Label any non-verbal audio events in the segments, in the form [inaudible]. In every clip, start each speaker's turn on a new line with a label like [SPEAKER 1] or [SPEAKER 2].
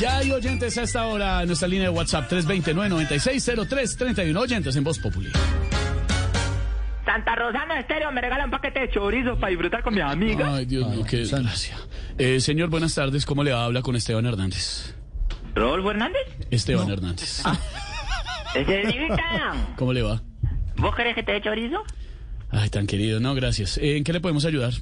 [SPEAKER 1] Ya hay oyentes a esta hora en nuestra línea de WhatsApp 329-9603-31 oyentes en Voz Populi.
[SPEAKER 2] Santa Rosana Estéreo me regala un paquete de chorizo para disfrutar con mi amiga.
[SPEAKER 1] Ay, Dios mío, qué desgracia. Eh, señor, buenas tardes. ¿Cómo le habla con Esteban Hernández?
[SPEAKER 2] Rodolfo Hernández,
[SPEAKER 1] Esteban Hernández.
[SPEAKER 2] Ah. señorita,
[SPEAKER 1] [laughs] ¿Cómo le va?
[SPEAKER 2] ¿vos querés que te dé chorizo?
[SPEAKER 1] Ay, tan querido. No, gracias. Eh, ¿En qué le podemos ayudar?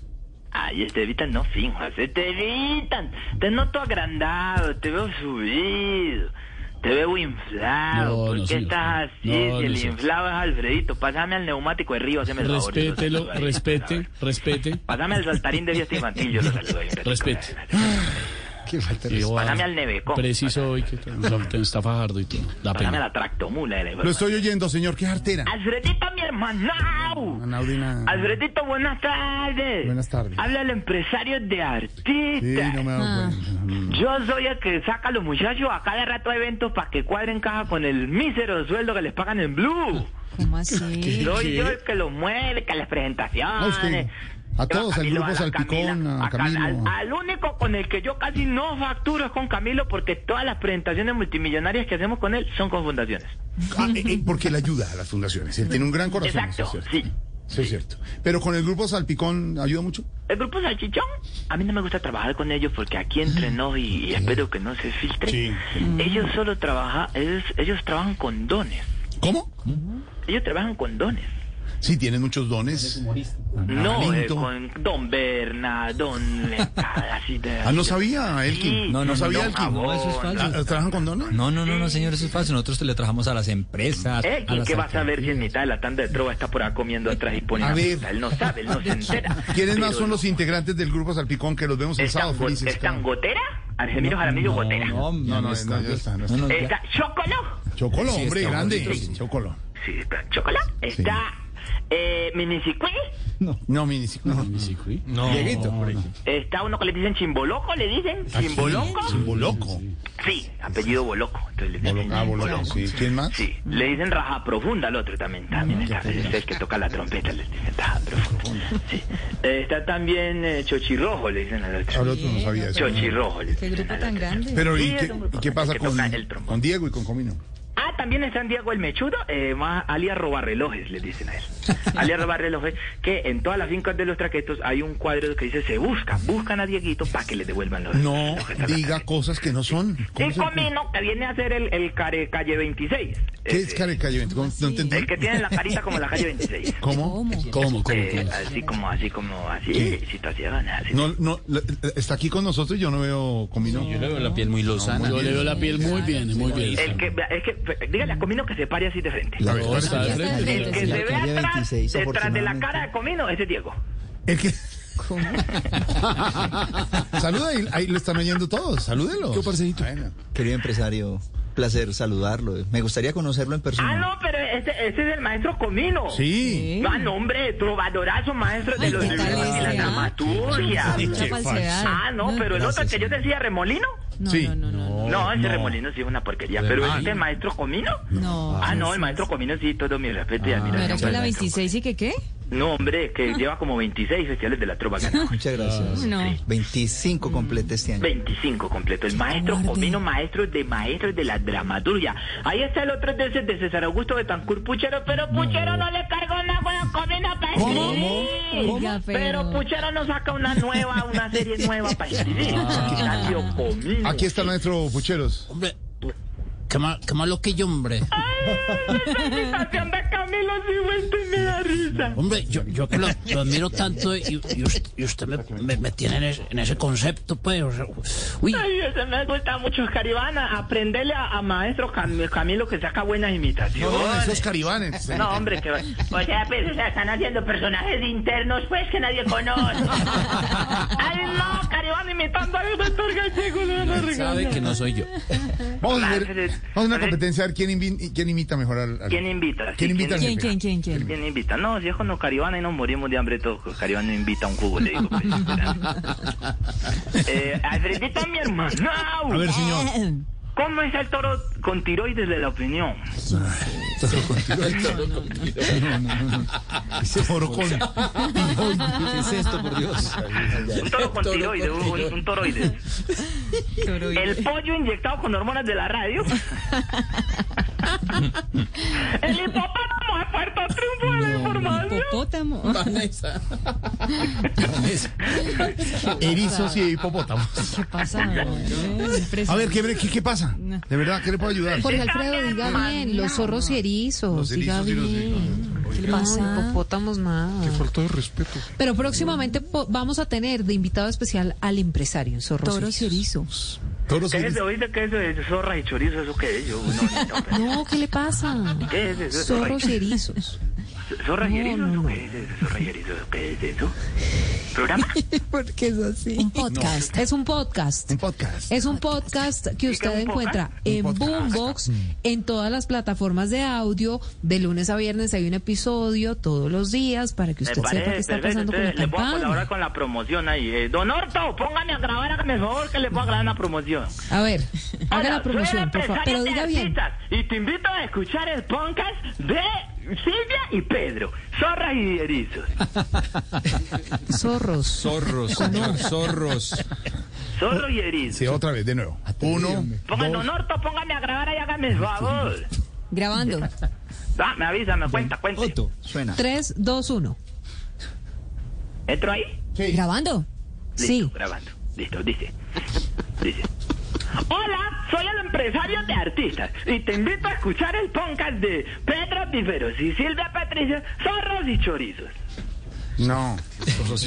[SPEAKER 2] Ay, Estevita, no finjas, Estevita, te noto agrandado, te veo subido, te veo inflado.
[SPEAKER 1] No,
[SPEAKER 2] ¿Por
[SPEAKER 1] no,
[SPEAKER 2] qué
[SPEAKER 1] señor.
[SPEAKER 2] estás así?
[SPEAKER 1] No,
[SPEAKER 2] si
[SPEAKER 1] no,
[SPEAKER 2] el
[SPEAKER 1] señor.
[SPEAKER 2] inflado es Alfredito, pásame al neumático de Río, haceme el favor. yo lo
[SPEAKER 1] Respételo,
[SPEAKER 2] saludo ahí, por
[SPEAKER 1] respete,
[SPEAKER 2] favor.
[SPEAKER 1] respete,
[SPEAKER 2] Pásame al saltarín de fiesta infantil, yo lo saludo. ahí,
[SPEAKER 1] respete.
[SPEAKER 3] Qué falta de
[SPEAKER 1] Llegó a-
[SPEAKER 2] Pásame al nevecón.
[SPEAKER 1] Preciso hoy que está fajardo y todo. Da
[SPEAKER 2] Pásame
[SPEAKER 1] pena.
[SPEAKER 2] la tractomula. de la-
[SPEAKER 3] Lo estoy oyendo, señor, qué artera.
[SPEAKER 2] Alfredito, mi hermanao.
[SPEAKER 3] Anaudina.
[SPEAKER 2] Alfredito, buenas tarres.
[SPEAKER 3] Buenas tardes.
[SPEAKER 2] Habla el empresario de artistas.
[SPEAKER 3] Sí, no me hago
[SPEAKER 2] Ah.
[SPEAKER 3] cuenta.
[SPEAKER 2] Yo soy el que saca a los muchachos a cada rato a eventos para que cuadren caja con el mísero sueldo que les pagan en Blue.
[SPEAKER 4] ¿Cómo así?
[SPEAKER 1] ¿Qué?
[SPEAKER 2] Soy
[SPEAKER 1] ¿Qué?
[SPEAKER 2] yo el que los mueve, que las
[SPEAKER 3] No, es que
[SPEAKER 2] presentaciones.
[SPEAKER 3] a todos, al
[SPEAKER 2] Camilo,
[SPEAKER 3] grupo
[SPEAKER 2] la
[SPEAKER 3] Salpicón,
[SPEAKER 2] Camila,
[SPEAKER 3] a
[SPEAKER 2] Cam-
[SPEAKER 3] Camilo.
[SPEAKER 2] Al, al único con el que yo casi no facturo es con Camilo porque todas las presentaciones multimillonarias que hacemos con él son con fundaciones.
[SPEAKER 3] Ah, eh, eh, porque le ayuda a las fundaciones. Él tiene un gran corazón.
[SPEAKER 2] Exacto,
[SPEAKER 3] eso es
[SPEAKER 2] sí.
[SPEAKER 3] cierto. Eso es cierto. Pero con el grupo Salpicón ayuda mucho.
[SPEAKER 2] El grupo Salchichón, a mí no me gusta trabajar con ellos porque aquí entre nos y, y espero que no se filtre.
[SPEAKER 3] Sí.
[SPEAKER 2] Ellos solo trabajan, ellos, ellos trabajan con dones.
[SPEAKER 3] ¿Cómo?
[SPEAKER 2] Ellos trabajan con dones.
[SPEAKER 3] Sí, tienen muchos dones.
[SPEAKER 2] No, eh,
[SPEAKER 3] Talento.
[SPEAKER 2] con Don Berna,
[SPEAKER 3] [laughs]
[SPEAKER 2] Don Lecada, así de...
[SPEAKER 3] Ah, no sabía, Elkin.
[SPEAKER 2] Sí.
[SPEAKER 3] No, no sabía, Elkin.
[SPEAKER 2] No, eso es
[SPEAKER 5] falso.
[SPEAKER 3] Ah, ¿Trabajan con dones?
[SPEAKER 5] No, no, no, no, señor, eso es falso. Nosotros te le trabajamos a las empresas.
[SPEAKER 2] Eh,
[SPEAKER 5] a
[SPEAKER 2] ¿y
[SPEAKER 5] las
[SPEAKER 2] qué vas a ver si en
[SPEAKER 5] alcaldías.
[SPEAKER 2] mitad de la tanda de trova está por ahí comiendo atrás y
[SPEAKER 3] A
[SPEAKER 2] poniendo
[SPEAKER 3] ver.
[SPEAKER 2] Él no
[SPEAKER 3] [laughs]
[SPEAKER 2] sabe, él no se entera.
[SPEAKER 3] ¿Quiénes más
[SPEAKER 2] Pero
[SPEAKER 3] son los integrantes del grupo Salpicón que los vemos el
[SPEAKER 2] ¿Es tan
[SPEAKER 3] sábado
[SPEAKER 2] go-
[SPEAKER 3] felices?
[SPEAKER 2] es tan
[SPEAKER 3] claro?
[SPEAKER 2] gotera? Argemiro Jaramillo
[SPEAKER 5] no,
[SPEAKER 2] Gotera.
[SPEAKER 5] No, no,
[SPEAKER 3] no,
[SPEAKER 5] no,
[SPEAKER 3] no,
[SPEAKER 5] está,
[SPEAKER 3] ya está, no
[SPEAKER 5] no, no, ya-
[SPEAKER 2] ¿Está Chocolo?
[SPEAKER 3] Chocolo,
[SPEAKER 5] Sí,
[SPEAKER 3] hombre,
[SPEAKER 5] está
[SPEAKER 3] grande.
[SPEAKER 5] bonito, sí.
[SPEAKER 3] Chocolo.
[SPEAKER 2] Sí, está Chocolo. Está eh, Minisicuí.
[SPEAKER 3] No, mini. No. No. Dieguito, por ejemplo.
[SPEAKER 2] Está uno que le dicen chimboloco, le dicen
[SPEAKER 3] Ah,
[SPEAKER 2] chimbolongo.
[SPEAKER 3] Simboloco.
[SPEAKER 2] Sí, apellido boloco. Entonces le dicen
[SPEAKER 3] Boloco, ah, Boloco,
[SPEAKER 2] Chimboloco.
[SPEAKER 3] sí. ¿Quién más?
[SPEAKER 2] Sí, le dicen raja profunda al otro también. También
[SPEAKER 3] Ah,
[SPEAKER 2] está es el que toca la trompeta, le dicen raja profunda. Sí. Eh, está también eh, chochirrojo, le dicen al
[SPEAKER 3] Al
[SPEAKER 2] otro.
[SPEAKER 3] otro no sabía eso.
[SPEAKER 2] Chochirrojo. le
[SPEAKER 4] ¿Qué
[SPEAKER 2] dicen
[SPEAKER 4] grupo
[SPEAKER 2] al
[SPEAKER 4] tan
[SPEAKER 2] otro.
[SPEAKER 4] grande?
[SPEAKER 3] Pero
[SPEAKER 2] Sí,
[SPEAKER 3] ¿y
[SPEAKER 2] es
[SPEAKER 3] qué,
[SPEAKER 2] un grupo
[SPEAKER 3] y qué pasa
[SPEAKER 2] que
[SPEAKER 3] con,
[SPEAKER 2] toca el trombón.
[SPEAKER 3] con Diego y con Comino?
[SPEAKER 2] Ah, también está en Diego el Mechudo, eh, más alias Robarrelojes, le dicen
[SPEAKER 4] [laughs]
[SPEAKER 2] a él. alias Robarrelojes, que en todas las fincas de los traquetos hay un cuadro que dice se busca, buscan a Dieguito para que le devuelvan los
[SPEAKER 3] No
[SPEAKER 2] los que están
[SPEAKER 3] diga
[SPEAKER 2] acá.
[SPEAKER 3] cosas que no son. ¿Cómo
[SPEAKER 2] Y
[SPEAKER 3] se-
[SPEAKER 2] Comino, que viene a ser el, el care- calle 26.
[SPEAKER 3] ¿Qué es
[SPEAKER 2] Ese,
[SPEAKER 3] Care Calle? ¿Cómo- No entendí.
[SPEAKER 2] El que tiene la carita como la calle 26.
[SPEAKER 3] [laughs] ¿Cómo?
[SPEAKER 1] ¿Cómo, cómo,
[SPEAKER 2] Eh,
[SPEAKER 1] cómo?
[SPEAKER 2] así como, así como, así,
[SPEAKER 3] ¿Qué?
[SPEAKER 2] situación, así.
[SPEAKER 3] No, no, la- la- está aquí con nosotros y yo no veo Comino.
[SPEAKER 5] Yo le veo la piel muy lozana.
[SPEAKER 1] Yo le veo la piel muy bien, muy bien.
[SPEAKER 2] El que, es que, dígale a Comino que se pare así de frente.
[SPEAKER 3] A ver,
[SPEAKER 1] No, está de
[SPEAKER 4] está
[SPEAKER 1] frente.
[SPEAKER 2] El Pues, que se ve
[SPEAKER 6] calle
[SPEAKER 2] atrás,
[SPEAKER 6] 26
[SPEAKER 2] detrás de la cara de Comino, ese es Diego.
[SPEAKER 3] el que... [laughs]
[SPEAKER 7] [laughs]
[SPEAKER 3] Saluda, ahí, ahí lo están oyendo todos. Salúdenlo. ¿Qué parcerito?
[SPEAKER 6] Querido empresario, placer saludarlo. Me gustaría conocerlo en
[SPEAKER 2] Ah,
[SPEAKER 6] persona.
[SPEAKER 2] no, pero ese, ese es el maestro Comino.
[SPEAKER 3] Sí.
[SPEAKER 2] Ah, nombre, trovadorazo, maestro de
[SPEAKER 4] Ay,
[SPEAKER 2] los
[SPEAKER 4] qué
[SPEAKER 2] libros
[SPEAKER 4] tal
[SPEAKER 2] y la
[SPEAKER 4] ese, ah.
[SPEAKER 2] dramaturgia.
[SPEAKER 4] Mucha falsedad.
[SPEAKER 2] Ah, no, pero el otro que yo decía, Remolino.
[SPEAKER 4] No,
[SPEAKER 3] Sí.
[SPEAKER 4] no, no, no.
[SPEAKER 2] No, ese Remolino sí es una porquería. Pero este maestro Comino.
[SPEAKER 4] No.
[SPEAKER 2] Ah, no, el maestro Comino sí, Ah, todo mi respeto y
[SPEAKER 4] ¿No era
[SPEAKER 2] admiración.
[SPEAKER 4] que la 26 y que qué?
[SPEAKER 2] No, hombre,
[SPEAKER 4] Ah.
[SPEAKER 2] que lleva como 26 festivales de la trova
[SPEAKER 4] [laughs]
[SPEAKER 2] ganado.
[SPEAKER 6] Muchas gracias.
[SPEAKER 4] No.
[SPEAKER 6] 25 completa este año.
[SPEAKER 2] 25 completo. El maestro
[SPEAKER 4] cobarde.
[SPEAKER 2] Comino, maestro de maestros de la dramaturgia. Ahí está el otro de, ese- de César Augusto Betancourt Puchero, pero Puchero no le cargó una hueá Comino para escribir.
[SPEAKER 4] Oiga,
[SPEAKER 2] Pero
[SPEAKER 4] pero-
[SPEAKER 2] Puchero no saca una nueva, una serie nueva para [laughs] escribir. En cambio, Comino.
[SPEAKER 3] Aquí
[SPEAKER 2] [laughs]
[SPEAKER 3] está nuestro Pucheros.
[SPEAKER 5] Qué malo que yo, hombre.
[SPEAKER 2] ¡Ay, la felicitación de Camilo! me los digo, esto y me da risa.
[SPEAKER 8] Hombre, yo, yo que lo, lo admiro tanto y, y us- y usted me, me- me tiene en ese, en ese concepto, pues. o sea, uy,
[SPEAKER 2] Ay, ese me gusta mucho, Oscar Iván, a- aprenderle a, a maestro Cam- Camilo que saca buenas imitaciones.
[SPEAKER 3] No, esos caribanes.
[SPEAKER 2] No, hombre, que va.
[SPEAKER 9] O sea, pues, o sea, están haciendo personajes internos, pues, que nadie conoce. Ay, no, Caribán imitando a doctor Gallego, le van a regalar.
[SPEAKER 5] Sabe que no soy
[SPEAKER 2] [laughs]
[SPEAKER 5] yo.
[SPEAKER 3] Vamos a hacer vamos a una competencia a ver quién, invin- quién imita mejor al. al-
[SPEAKER 2] ¿Quién invita? Sí,
[SPEAKER 3] ¿Quién invita
[SPEAKER 4] ¿Quién,
[SPEAKER 3] al
[SPEAKER 4] quién, quién, quién?
[SPEAKER 2] ¿Quién invita? No, si es con Caribana y nos morimos de hambre todos. Caribana no invita a un cubo, le digo. pues,
[SPEAKER 3] [laughs]
[SPEAKER 2] espera. eh, Alfredito, mi hermano.
[SPEAKER 3] A ver, señor.
[SPEAKER 2] ¿Cómo es el toro con tiroides de la opinión?
[SPEAKER 3] Toro con tiroides.
[SPEAKER 2] [laughs]
[SPEAKER 3] Ese toro con-
[SPEAKER 6] ¿Qué es esto, por Dios?
[SPEAKER 2] Un toro con tiroides, un, un- un toroides. El pollo inyectado con hormonas de la
[SPEAKER 7] [laughs]
[SPEAKER 2] radio. el hipopótamo de Puerto Triunfo de la información.
[SPEAKER 4] Hipopótamo.
[SPEAKER 3] Erizos y hipopótamos.
[SPEAKER 4] ¿Qué pasa? Impresionante.
[SPEAKER 3] A ver, ¿qué, qué, qué pasa?
[SPEAKER 4] No.
[SPEAKER 3] ¿De verdad? ¿Qué le puedo ayudar?
[SPEAKER 7] Jorge Alfredo, diga bien, los zorros y erizos,
[SPEAKER 3] Los
[SPEAKER 7] diga
[SPEAKER 3] erizos y los-
[SPEAKER 7] bien.
[SPEAKER 4] ¿Qué le
[SPEAKER 7] No,
[SPEAKER 4] pasa?
[SPEAKER 7] hipopótamos nada.
[SPEAKER 3] Falta de respeto.
[SPEAKER 7] Pero próximamente po- vamos a tener de invitado especial al empresario en zorros
[SPEAKER 4] Toros y
[SPEAKER 7] y erizos.
[SPEAKER 4] erizos.
[SPEAKER 3] Toros
[SPEAKER 2] ¿Qué es
[SPEAKER 3] erizos.
[SPEAKER 2] eso? ¿Oíste qué es eso? de Zorra y chorizo, ¿eso qué es? Yo, no, no, no.
[SPEAKER 7] No, ¿qué le pasa?
[SPEAKER 2] ¿Qué es eso?
[SPEAKER 7] Zorros y erizos.
[SPEAKER 2] ¿Zorra y
[SPEAKER 7] No,
[SPEAKER 2] erizo?
[SPEAKER 7] no,
[SPEAKER 2] ¿Eso
[SPEAKER 7] no.
[SPEAKER 2] ¿Qué es eso? ¿Zorra y erizo? ¿Eso ¿Qué es eso? ¿Programa?
[SPEAKER 7] Porque es así.
[SPEAKER 4] Un podcast.
[SPEAKER 7] Es un podcast.
[SPEAKER 3] Un podcast.
[SPEAKER 7] Es un podcast que usted
[SPEAKER 2] un podcast?
[SPEAKER 7] encuentra en Boombox, en todas las plataformas de audio. De lunes a viernes hay un episodio todos los días para que
[SPEAKER 2] Me
[SPEAKER 7] [laughs] usted sepa qué está
[SPEAKER 2] perfecto.
[SPEAKER 7] pasando con la
[SPEAKER 2] Entonces, le voy a colaborar
[SPEAKER 7] campaña.
[SPEAKER 2] con la promoción ahí. Eh, don Orto, póngame a grabar, hágame el favor que le puedo grabar una promoción.
[SPEAKER 7] A ver, haga
[SPEAKER 2] Hola,
[SPEAKER 7] la promoción,
[SPEAKER 2] soy
[SPEAKER 7] por
[SPEAKER 2] el
[SPEAKER 7] favor. Pero
[SPEAKER 2] empresario
[SPEAKER 7] diga
[SPEAKER 2] de
[SPEAKER 7] bien.
[SPEAKER 2] artistas Y te invito a escuchar el podcast de Silvia y Pedro, Zorras y
[SPEAKER 7] [laughs]
[SPEAKER 2] Erizos.
[SPEAKER 7] Zorros.
[SPEAKER 5] Zorros, zorros.
[SPEAKER 2] Zorro y Erizos.
[SPEAKER 3] Sí, otra vez, de nuevo. Uno,
[SPEAKER 2] Ponga,
[SPEAKER 3] dos,
[SPEAKER 2] don Orto, póngame a grabar ahí, hágame el favor.
[SPEAKER 4] Grabando.
[SPEAKER 2] Ah, me avisa, me cuenta, cuenta.
[SPEAKER 5] Otto.
[SPEAKER 6] Suena.
[SPEAKER 7] 3, 2, 1.
[SPEAKER 2] ¿Entro ahí?
[SPEAKER 4] Grabando.
[SPEAKER 2] Listo,
[SPEAKER 7] Sí.
[SPEAKER 2] grabando. Listo, dice. Dice. Hola, soy el empresario de artistas y te invito a escuchar el podcast de Pedro Viveros y Silvia Patricia, Zorros y Chorizos.
[SPEAKER 3] No.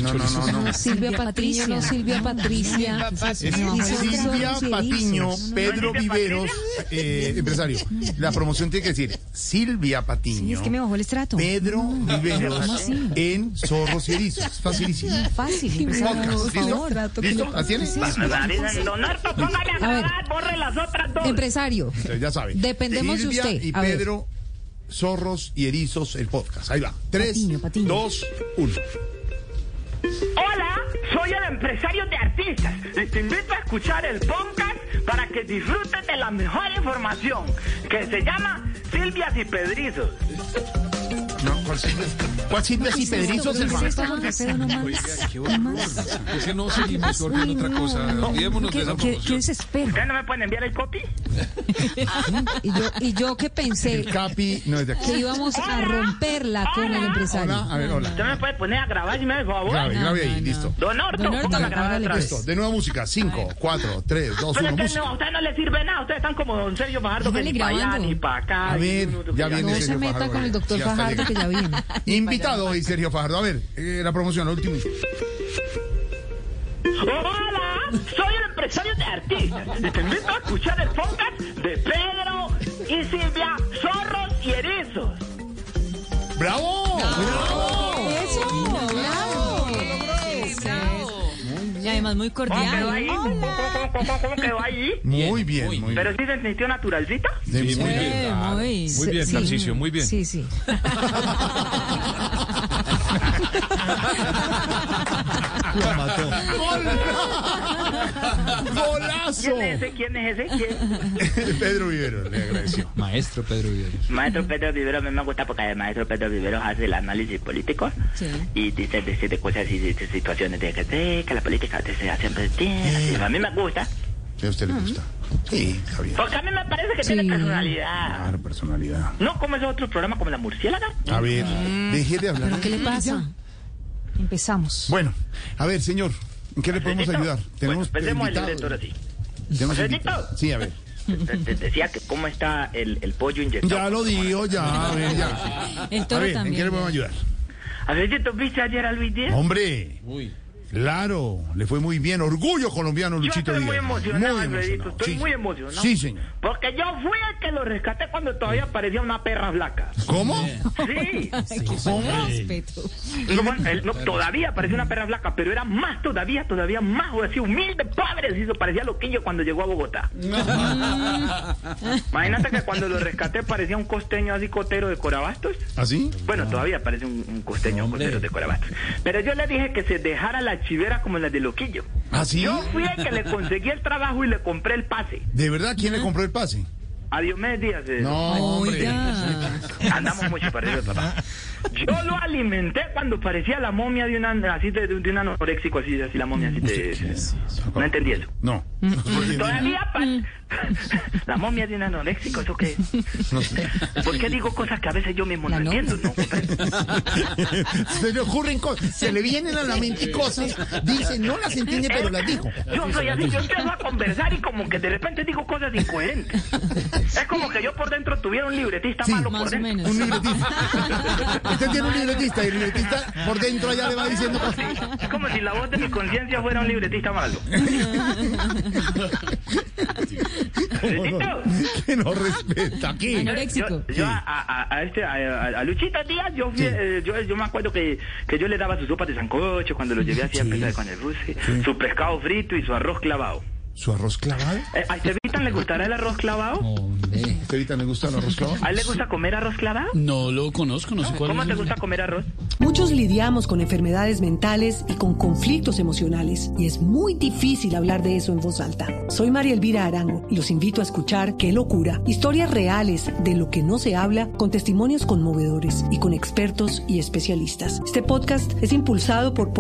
[SPEAKER 3] No, no, no, no.
[SPEAKER 7] No, Silvia Patricia, no, Silvia Patricia.
[SPEAKER 3] Es
[SPEAKER 7] No, esos
[SPEAKER 3] Silvia
[SPEAKER 7] zorros y
[SPEAKER 3] Patiño,
[SPEAKER 7] erizos.
[SPEAKER 3] Pedro Viveros, eh, empresario. La promoción tiene que decir Silvia Patiño.
[SPEAKER 4] Sí, es que me bajó el estrato.
[SPEAKER 3] Pedro Viveros
[SPEAKER 4] ¿Cómo así?
[SPEAKER 3] en Zorros y Erizos. Es Facilísimo.
[SPEAKER 4] Fácil. empresario,
[SPEAKER 3] Podcast,
[SPEAKER 4] por
[SPEAKER 3] [laughs] ¿listo?
[SPEAKER 4] favor.
[SPEAKER 3] ¿Listo? ¿Así es?
[SPEAKER 2] Me avisa, Don Arto, póngame a
[SPEAKER 7] A ver.
[SPEAKER 2] grabar, borre las otras dos.
[SPEAKER 7] Empresario.
[SPEAKER 3] Entonces, ya sabe.
[SPEAKER 7] Dependemos de
[SPEAKER 3] Silvia
[SPEAKER 7] usted.
[SPEAKER 3] y
[SPEAKER 7] A ver.
[SPEAKER 3] Pedro, Zorros y Erizos, el podcast. Ahí va. Tres,
[SPEAKER 4] Patiño, Patiño.
[SPEAKER 3] dos, uno.
[SPEAKER 2] Hola, soy el empresario de artistas y te invito a escuchar el podcast para que disfrutes de la mejor información que se llama Silvias y Pedrizos.
[SPEAKER 3] No, ¿cuál Silvia? ¿Cuál Silvia y Pedrizos,
[SPEAKER 4] ¿Qué es
[SPEAKER 3] hermano?
[SPEAKER 4] esto, Jorge Alfredo? No más. No más.
[SPEAKER 5] Es que no seguimos
[SPEAKER 4] Ay, no. ¿Qué- qué- ¿Qué desespero?
[SPEAKER 2] ¿Ustedes no me pueden enviar el copy?
[SPEAKER 7] Y yo, y yo que pensé
[SPEAKER 3] El Capi no es de
[SPEAKER 7] que
[SPEAKER 3] aquí.
[SPEAKER 7] íbamos a romperla con el
[SPEAKER 3] Hola,
[SPEAKER 7] empresario.
[SPEAKER 3] a ver, hola.
[SPEAKER 2] ¿Usted me puede poner a grabar y me hace favor?
[SPEAKER 3] Grave, grave ahí, listo.
[SPEAKER 2] Don Orto,
[SPEAKER 4] Don Orto,
[SPEAKER 2] póngame a grabar
[SPEAKER 4] hágale
[SPEAKER 2] otra vez.
[SPEAKER 3] Listo, de nueva música. 5, 4, 3, 2,
[SPEAKER 2] Pero
[SPEAKER 3] 1,
[SPEAKER 2] es que
[SPEAKER 3] música.
[SPEAKER 2] no, a ustedes no les sirve nada, ustedes están como don Sergio Fajardo, que
[SPEAKER 4] Dale,
[SPEAKER 2] ni para allá,
[SPEAKER 4] grabando.
[SPEAKER 2] ni para acá.
[SPEAKER 3] A
[SPEAKER 2] ni
[SPEAKER 3] ver,
[SPEAKER 2] uno, otro,
[SPEAKER 3] ya
[SPEAKER 2] que
[SPEAKER 3] viene
[SPEAKER 7] No se
[SPEAKER 3] Sergio
[SPEAKER 7] meta
[SPEAKER 3] Fajardo,
[SPEAKER 7] con el
[SPEAKER 3] ya
[SPEAKER 7] doctor
[SPEAKER 3] está
[SPEAKER 7] Fajardo que ya
[SPEAKER 3] llegando. [laughs]
[SPEAKER 7] viene.
[SPEAKER 3] Invitado hoy, Sergio Fajardo. A ver, eh, la promoción, la última.
[SPEAKER 2] Hola, soy el empresario de artistas y te invito a escuchar el podcast de Pedro y Silvia Zorros y Erizos.
[SPEAKER 3] ¡Bravo!
[SPEAKER 4] Y además muy
[SPEAKER 2] ¿Cómo quedó
[SPEAKER 4] cordial.
[SPEAKER 2] Ah, ahí? ¿Cómo, cómo, cómo, [laughs] cómo quedó ahí?
[SPEAKER 3] Muy bien, muy bien.
[SPEAKER 2] ¿Pero sí se sintió naturalcita?
[SPEAKER 3] Sí, muy bien.
[SPEAKER 4] Eh, muy.
[SPEAKER 5] Muy bien,
[SPEAKER 7] Sí.
[SPEAKER 5] Tarcisio, muy bien.
[SPEAKER 7] Sí, sí.
[SPEAKER 6] La
[SPEAKER 5] Ah,
[SPEAKER 6] mató.
[SPEAKER 3] ¡Golazo!
[SPEAKER 2] ¿Quién es ese? ¿Quién es ese?
[SPEAKER 3] [laughs]
[SPEAKER 2] ¿Quién?
[SPEAKER 3] Pedro Viveros, le agradeció.
[SPEAKER 5] Maestro Pedro Viveros.
[SPEAKER 2] Maestro Pedro Viveros, a mí me gusta porque el maestro Pedro Viveros hace el análisis político
[SPEAKER 4] Sí.
[SPEAKER 2] y dice, dice de cosas y de situaciones de que, sí, que la política se hace siempre tiene. A mí me gusta
[SPEAKER 3] Si a usted le gusta. Sí, está bien.
[SPEAKER 2] porque a mí me parece que tiene Ah, personalidad.
[SPEAKER 3] Claro, personalidad.
[SPEAKER 2] No como esos otros programas como La Murciélaga.
[SPEAKER 3] A ver, deje de hablar.
[SPEAKER 7] Mm. ¿Qué le pasa? Empezamos.
[SPEAKER 3] Bueno, a ver, señor, ¿en qué le podemos
[SPEAKER 2] ¿Listo?
[SPEAKER 3] ayudar?
[SPEAKER 2] Bueno, pues, empecemos el
[SPEAKER 3] invitado.
[SPEAKER 2] director así.
[SPEAKER 3] Tenemos
[SPEAKER 2] ¿Alfredito?
[SPEAKER 3] invitado. Sí, a ver.
[SPEAKER 2] Te- te decía que cómo está el, el pollo inyectado.
[SPEAKER 3] Ya lo digo, ya, a ver, ya.
[SPEAKER 7] El
[SPEAKER 3] A
[SPEAKER 7] toro
[SPEAKER 3] ver, ¿en qué
[SPEAKER 7] también.
[SPEAKER 3] le podemos ayudar?
[SPEAKER 2] A ver si tú viste ayer a Luis Díaz.
[SPEAKER 3] Hombre,
[SPEAKER 10] Uy.
[SPEAKER 3] claro, le fue muy bien. Orgullo colombiano,
[SPEAKER 2] Yo
[SPEAKER 3] Luchito
[SPEAKER 2] estoy muy
[SPEAKER 3] Díaz.
[SPEAKER 2] emocionado, Alfredito,
[SPEAKER 3] emocionado,
[SPEAKER 2] estoy
[SPEAKER 3] sí,
[SPEAKER 2] muy
[SPEAKER 3] señor.
[SPEAKER 2] emocionado.
[SPEAKER 3] Sí, señor.
[SPEAKER 2] Porque yo fui el que lo rescaté cuando todavía parecía una perra flaca.
[SPEAKER 3] ¿Cómo?
[SPEAKER 2] Sí.
[SPEAKER 3] ¿Cómo?
[SPEAKER 7] Respeto.
[SPEAKER 2] No, bueno, él no, todavía parecía una perra flaca, pero era más todavía, todavía más, o así humilde, pobre, se hizo, parecía loquillo cuando llegó a Bogotá.
[SPEAKER 3] Mm.
[SPEAKER 2] Imagínate que cuando lo rescaté parecía un costeño así cotero de Corabastos.
[SPEAKER 3] ¿Así?
[SPEAKER 2] Bueno, todavía parece un, un costeño cotero de Corabastos. Pero yo le dije que se dejara la chivera como la de loquillo.
[SPEAKER 3] ¿Así?
[SPEAKER 2] Yo fui el que le conseguí el trabajo y le compré el pase.
[SPEAKER 3] ¿De verdad quién le compró el pase?
[SPEAKER 2] A Diomedes Díaz. eh,
[SPEAKER 3] No, hombre.
[SPEAKER 7] Oiga.
[SPEAKER 2] Andamos mucho perdido, papá. Yo lo alimenté cuando parecía la momia de una así de, de un anoréxico así, así la momia así de, no entendí eso.
[SPEAKER 3] No.
[SPEAKER 2] Todavía pa- [laughs] la momia de un anoréxico, ¿eso qué? es? ¿Por qué digo cosas que a veces yo mismo no entiendo? No,
[SPEAKER 3] [laughs] se le ocurren cosas, se le vienen a la mente cosas, dice, no las entiende, pero las dijo.
[SPEAKER 2] Yo soy así, yo empiezo a conversar y como que de repente digo cosas incoherentes. Es como que yo por dentro tuviera un libretista
[SPEAKER 3] Sí,
[SPEAKER 2] malo por
[SPEAKER 7] Más o
[SPEAKER 2] dentro.
[SPEAKER 7] menos.
[SPEAKER 3] Un
[SPEAKER 2] [laughs]
[SPEAKER 3] libretista. Usted tiene un libretista y el libretista por dentro allá le va diciendo cosas.
[SPEAKER 2] Es como si la voz de mi conciencia fuera un libretista malo. Alfredito,
[SPEAKER 3] Que no respeta aquí.
[SPEAKER 7] Anoréxico.
[SPEAKER 2] Yo, yo a, a- a este, a, a- a Luchito Díaz, yo, fui, eh, yo, yo me acuerdo que, que yo le daba su sopa de sancocho cuando lo llevé así a pesar con el ruso, su pescado frito y su arroz clavado.
[SPEAKER 3] ¿Su arroz clavado?
[SPEAKER 2] Eh, ¿A Estevitan le gustará el arroz clavado?
[SPEAKER 3] ¿Usted ahorita me gusta el arroz clavado?
[SPEAKER 2] ¿A él le gusta comer arroz clavado?
[SPEAKER 1] No lo conozco, no sé cuál
[SPEAKER 2] ¿Cómo
[SPEAKER 1] es.
[SPEAKER 2] te gusta comer arroz?
[SPEAKER 11] Muchos lidiamos con enfermedades mentales y con conflictos emocionales y es muy difícil hablar de eso en voz alta. Soy María Elvira Arango y los invito a escuchar Qué locura, historias reales de lo que no se habla con testimonios conmovedores y con expertos y especialistas. Este podcast es impulsado por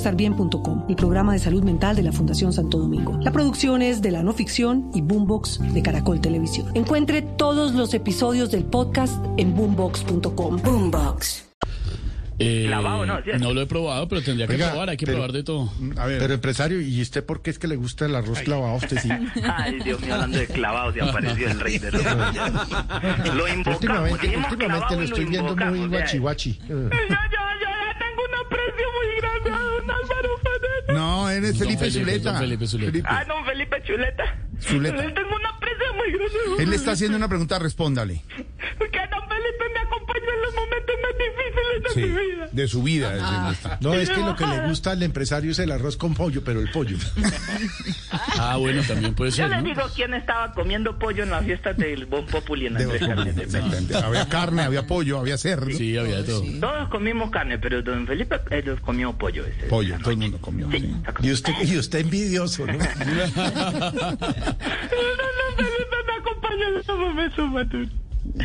[SPEAKER 11] porquequieroestarbien.com, el programa de salud mental de la Fundación Santo Domingo. La producción es de la no ficción y Boombox de Caracol Televisión. Encuentre todos los episodios del podcast en boombox.com. Boombox.
[SPEAKER 1] Eh,
[SPEAKER 2] Clavado, ¿no? ¿Cierto?
[SPEAKER 1] lo he probado, pero tendría que probar, hay que probar de
[SPEAKER 2] [laughs]
[SPEAKER 1] todo.
[SPEAKER 3] A ver.
[SPEAKER 12] Pero empresario, ¿y usted por qué es que le gusta el arroz clavado a usted? Sí.
[SPEAKER 2] Ay, Dios mío, hablando de clavado, se apareció el rey
[SPEAKER 12] [laughs]
[SPEAKER 2] de los Lo invocamos,
[SPEAKER 12] Últimamente,
[SPEAKER 2] dijimos
[SPEAKER 12] últimamente
[SPEAKER 2] clavado
[SPEAKER 12] lo
[SPEAKER 2] y lo
[SPEAKER 12] estoy viendo
[SPEAKER 2] invocamos,
[SPEAKER 12] muy
[SPEAKER 2] o sea, [laughs]
[SPEAKER 12] guachihuachi.
[SPEAKER 2] Yo, yo, yo le tengo un aprecio muy grande a don Álvaro Fernández.
[SPEAKER 3] No, eres Felipe,
[SPEAKER 1] Felipe,
[SPEAKER 3] Zuleta.
[SPEAKER 1] don Felipe Zuleta.
[SPEAKER 2] Ah, don Felipe Chuleta.
[SPEAKER 3] Zuleta.
[SPEAKER 2] Le tengo una presa muy grande.
[SPEAKER 3] Él le está haciendo una pregunta, respóndale.
[SPEAKER 2] Que don Felipe me acompaña en los momentos más difíciles de mi vida.
[SPEAKER 3] De su vida. es donde está.
[SPEAKER 12] No, es que lo que le gusta al empresario es el arroz con pollo, pero el pollo.
[SPEAKER 1] Ah, bueno, también puede
[SPEAKER 2] Yo
[SPEAKER 1] ser,
[SPEAKER 2] les
[SPEAKER 1] ¿no?
[SPEAKER 2] digo quién estaba comiendo pollo en la fiesta del Bon Populi en
[SPEAKER 3] De
[SPEAKER 2] Andrés Carne.
[SPEAKER 3] Exactamente. Había carne, había pollo, había cerdo.
[SPEAKER 1] Sí, había de todo.
[SPEAKER 2] Todos comimos carne, pero don Felipe eh, comió pollo. Ese.
[SPEAKER 3] Pollo, todo el mundo comió. sí.
[SPEAKER 12] Y usted, y usted envidioso, ¿no?
[SPEAKER 2] Don Felipe me acompaña en los momentos más duros.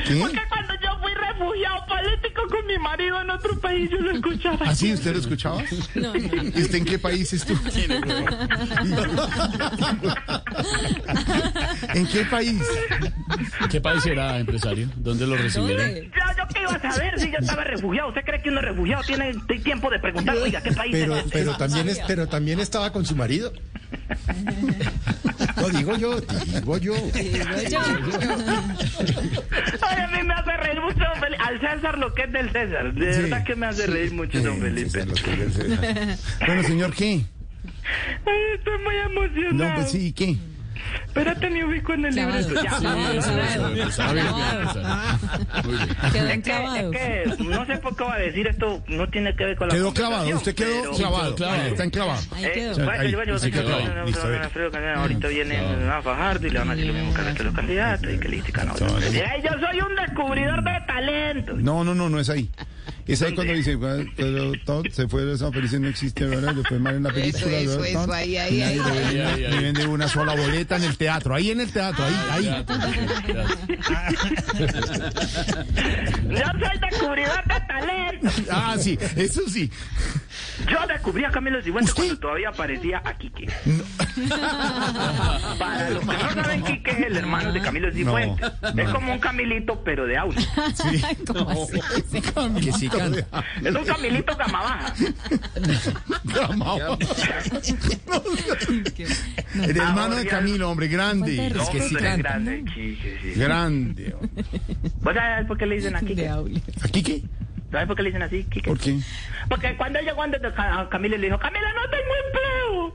[SPEAKER 3] ¿Qué?
[SPEAKER 2] Porque cuando yo fui refugiado político con mi marido en otro país, yo lo escuchaba.
[SPEAKER 3] ¿Ah, sí? ¿Usted lo escuchaba? ¿Y usted en qué país estuvo? ¿En qué país?
[SPEAKER 1] ¿Qué país era, empresario? ¿Dónde lo recibieron?
[SPEAKER 7] ¿Dónde?
[SPEAKER 2] Yo, yo qué iba a saber si yo estaba refugiado. ¿Usted cree que uno refugiado tiene t- tiempo de preguntar, oiga, qué país
[SPEAKER 12] Pero,
[SPEAKER 2] es?
[SPEAKER 12] pero también es, pero también estaba con su marido. Lo digo yo, digo yo.
[SPEAKER 2] Ay, a mí me hace reír mucho, don Felipe. Al César lo que es del César. De verdad que me hace reír mucho, don Felipe.
[SPEAKER 3] Bueno, señor, ¿qué?
[SPEAKER 2] Ay, estoy muy emocionado.
[SPEAKER 3] No, pues sí, ¿qué?
[SPEAKER 2] Espérate, me ubico en el
[SPEAKER 7] Clavado.
[SPEAKER 2] libreto. Ya.
[SPEAKER 7] Sí, Ah,
[SPEAKER 1] Empresario, empresario, empresario. Muy bien.
[SPEAKER 7] Quedó
[SPEAKER 2] Es que,
[SPEAKER 7] enclavado.
[SPEAKER 2] es que no sé por qué va a decir esto, no tiene que ver con la
[SPEAKER 3] Quedó clavado,
[SPEAKER 2] conversación,
[SPEAKER 3] usted quedó
[SPEAKER 2] pero-
[SPEAKER 3] clavado.
[SPEAKER 1] quedó clavado.
[SPEAKER 3] Ahí Está enclavado.
[SPEAKER 7] Ahí
[SPEAKER 2] Eh,
[SPEAKER 7] quedó.
[SPEAKER 2] bueno,
[SPEAKER 3] ahí,
[SPEAKER 2] yo- yo
[SPEAKER 3] ahí
[SPEAKER 2] sé que
[SPEAKER 3] quedó.
[SPEAKER 2] no, no,
[SPEAKER 3] Listo, a ver.
[SPEAKER 2] Alfredo Candela, ahorita viene a Fajardo y le van a decir lo mismo que al resto de los candidatos y que le critican a otros. Ay, Yo soy un descubridor de talento.
[SPEAKER 3] No, no, no, no es ahí. Es ahí cuando dice, "Bueno, pero Todd se fue de San Felices, no existe, ¿verdad? Le fue mal en la película.
[SPEAKER 13] eso,
[SPEAKER 3] ¿verdad,
[SPEAKER 13] eso,
[SPEAKER 3] Todd?"
[SPEAKER 13] ahí, ahí,
[SPEAKER 3] Y nadie le vende-
[SPEAKER 1] ahí, ahí. Ah,
[SPEAKER 3] le vende una sola boleta en el teatro, ahí en el teatro, ahí, ahí.
[SPEAKER 2] Yo soy descubridor de talento.
[SPEAKER 3] Ah, sí, eso sí.
[SPEAKER 2] Yo descubrí a Camilo Cifuentes cuando todavía aparecía a Quique. Para los que no saben, Quique es el hermano de Camilo Cifuentes.
[SPEAKER 1] no.
[SPEAKER 2] Es como un Camilito, pero de audio.
[SPEAKER 1] ¿Cómo así? Que sí canta.
[SPEAKER 2] Es un Camilito gama baja.
[SPEAKER 3] [laughs] El hermano de Camilo, hombre, grande.
[SPEAKER 2] No, pero es grande, Quique, sí.
[SPEAKER 3] Grande.
[SPEAKER 2] ¿Vos sabés por qué le dicen a Quique?
[SPEAKER 3] ¿A Quique?
[SPEAKER 2] ¿Sabes por qué le dicen así, Quique?
[SPEAKER 3] ¿Por qué?
[SPEAKER 2] Porque cuando llegó antes de Ca- a Camila le dijo, Camila, no tengo empleo.